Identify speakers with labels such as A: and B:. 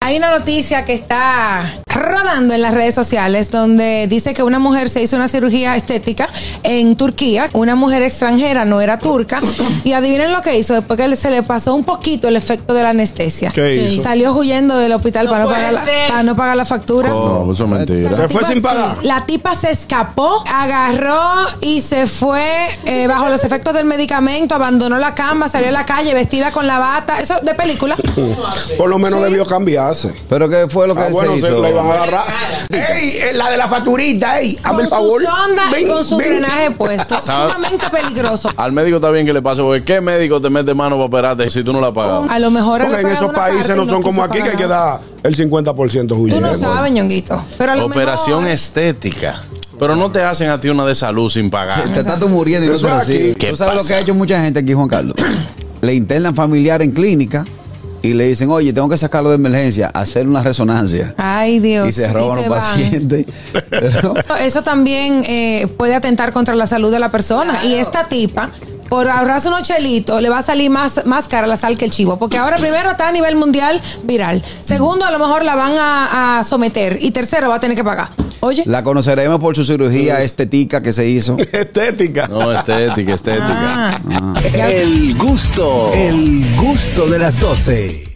A: Hay una noticia que está rodando en las redes sociales donde dice que una mujer se hizo una cirugía estética en Turquía, una mujer extranjera, no era turca, y adivinen lo que hizo, después que se le pasó un poquito el efecto de la anestesia.
B: ¿Qué hizo?
A: Salió huyendo del hospital
C: No
A: para, no
C: puede
A: pagar la,
C: ser.
A: para no pagar la factura.
D: No, eso es mentira.
B: Se fue
A: tipa
B: sin pagar.
A: sí, La tipa se escapó, agarró y se fue eh, bajo los efectos del medicamento, abandonó la cama, salió a la calle vestida con la bata, eso de película.
B: Por lo menos debió cambiarse.
E: Pero qué fue lo que
B: Ah,
E: se
B: bueno, se
E: hizo.
B: la iban a agarrar.
F: ¡Ey! eh, La de la facturita, ey. Hazme
A: Con
F: el
A: su
F: favor.
A: sonda y
F: Ven,
A: con su
F: ven.
A: drenaje puesto.
B: Ah.
A: Sumamente peligroso.
D: Al médico está bien que le pase, porque ¿qué médico te mete mano para operarte si tú no la pagas?
A: A lo mejor
B: Porque en
A: había
B: esos
A: pagado una
B: países
A: parte
B: no
A: y
B: son como
A: quiso
B: aquí que hay que
A: pagar.
B: dar el 50%
A: Tú no
B: huyendo.
A: sabes, ñonguito. Pero a lo
D: Operación
A: mejor-
D: estética. Pero no te hacen a ti una de salud sin pagar.
E: Ah, Te estás tú muriendo y no
B: Eso
E: te
B: es
E: recibe.
B: aquí.
E: ¿Tú
D: Ah, ¿Qué
E: sabes lo que ha
D: pasa?
E: hecho mucha gente aquí, Juan Carlos? Le internan familiar en clínica y le dicen, oye, tengo que sacarlo de emergencia, hacer una resonancia. Ah,
A: Ay, Dios.
E: Y se roban
A: Ah, se
E: un
A: van. Ah.
E: paciente. Pero-
A: Eso también eh, puede atentar contra la salud de la persona. Y esta tipa, por ahorrarse unos chelitos, le va a salir más, más cara la sal que el chivo. Porque ahora, primero, está a nivel mundial viral. Segundo, a lo mejor la van a, a someter. Y tercero, va a tener que pagar. Oye.
E: La conoceremos por su cirugía estética que se hizo.
B: Estética.
D: No, estética, estética.
A: Ah.
G: El gusto, el gusto de las 12.